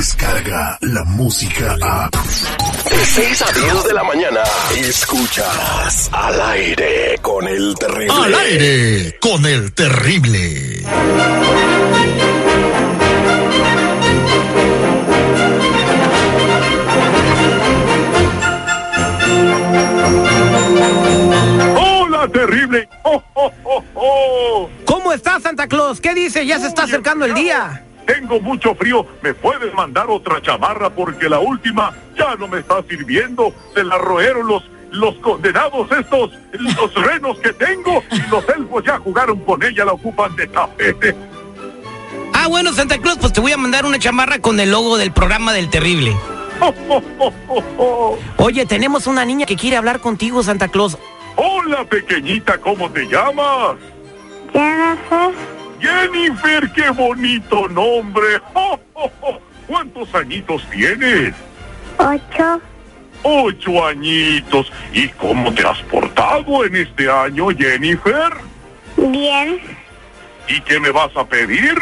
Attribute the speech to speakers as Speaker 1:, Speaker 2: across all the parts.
Speaker 1: Escucha la música a.
Speaker 2: De 6 a 10 de la mañana. Escuchas al aire con el terrible.
Speaker 1: Al aire con el terrible.
Speaker 3: ¡Hola, terrible! ¡Oh, oh, oh, oh!
Speaker 4: ¿Cómo está Santa Claus? ¿Qué dice? Ya se está
Speaker 3: Uy,
Speaker 4: acercando el día.
Speaker 3: Tengo mucho frío. ¿Me puedes mandar otra chamarra? Porque la última ya no me está sirviendo. Se la roeron los, los condenados estos, los renos que tengo. Y los elfos ya jugaron con ella, la ocupan de tapete.
Speaker 4: Ah, bueno, Santa Claus, pues te voy a mandar una chamarra con el logo del programa del terrible.
Speaker 3: ¡Oh, oh, oh, oh, oh!
Speaker 4: Oye, tenemos una niña que quiere hablar contigo, Santa Claus.
Speaker 3: Hola, pequeñita, ¿cómo te llamas?
Speaker 5: Jennifer,
Speaker 3: Jennifer, qué bonito nombre. ¡Oh, oh, oh! ¿Cuántos añitos tienes?
Speaker 5: ocho,
Speaker 3: Ocho añitos. ¿Y cómo te has portado en este año, Jennifer?
Speaker 5: bien.
Speaker 3: ¿Y qué me vas a pedir?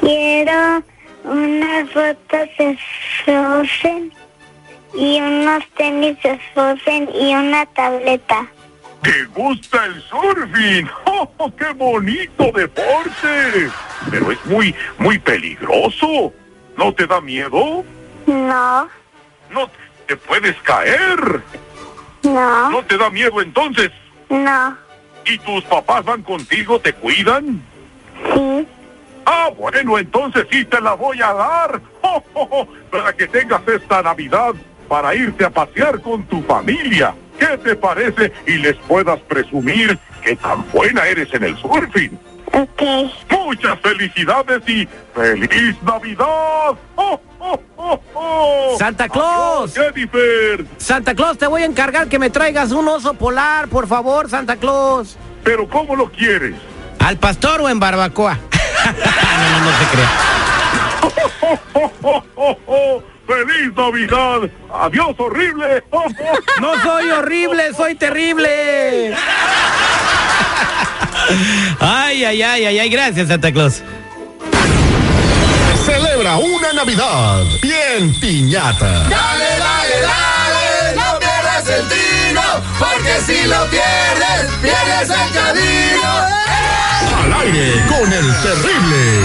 Speaker 5: Quiero unas botas de Frozen y unos tenis de Frozen y una tableta.
Speaker 3: ¿Te gusta el surfing? ¡Oh, qué bonito deporte! Pero es muy, muy peligroso. ¿No te da miedo?
Speaker 5: No,
Speaker 3: No te puedes caer.
Speaker 5: no,
Speaker 3: ¿No te da miedo entonces?
Speaker 5: no,
Speaker 3: ¿Y tus papás van contigo? ¿Te cuidan?
Speaker 5: sí,
Speaker 3: Ah, bueno, entonces sí te la voy a dar. ¡Jo, jo, jo! Para que tengas esta Navidad para irte a pasear con tu familia. ¿Qué te parece? Y les puedas presumir que tan buena eres en el surfing.
Speaker 5: ok.
Speaker 3: Muchas felicidades y feliz Navidad. ¡Jo, jo, jo, jo!
Speaker 4: Santa Claus.
Speaker 3: Adiós, Jennifer.
Speaker 4: Santa Claus, te voy a encargar que me traigas un oso polar, por favor, Santa Claus.
Speaker 3: Pero ¿cómo lo quieres?
Speaker 4: ¿Al pastor o en barbacoa? no, no, no se crea.
Speaker 3: ¡Jo, jo, jo, jo, jo! ¡Feliz Navidad! ¡Adiós, horrible! ¡Jo, jo!
Speaker 4: No soy horrible, soy terrible. Ay, ay, ay, ay, ay, gracias, Santa Claus.
Speaker 1: Celebra una Navidad bien piñata. Dale, dale, dale, no pierdas el tino, porque si lo pierdes, pierdes el camino. Al aire con el terrible.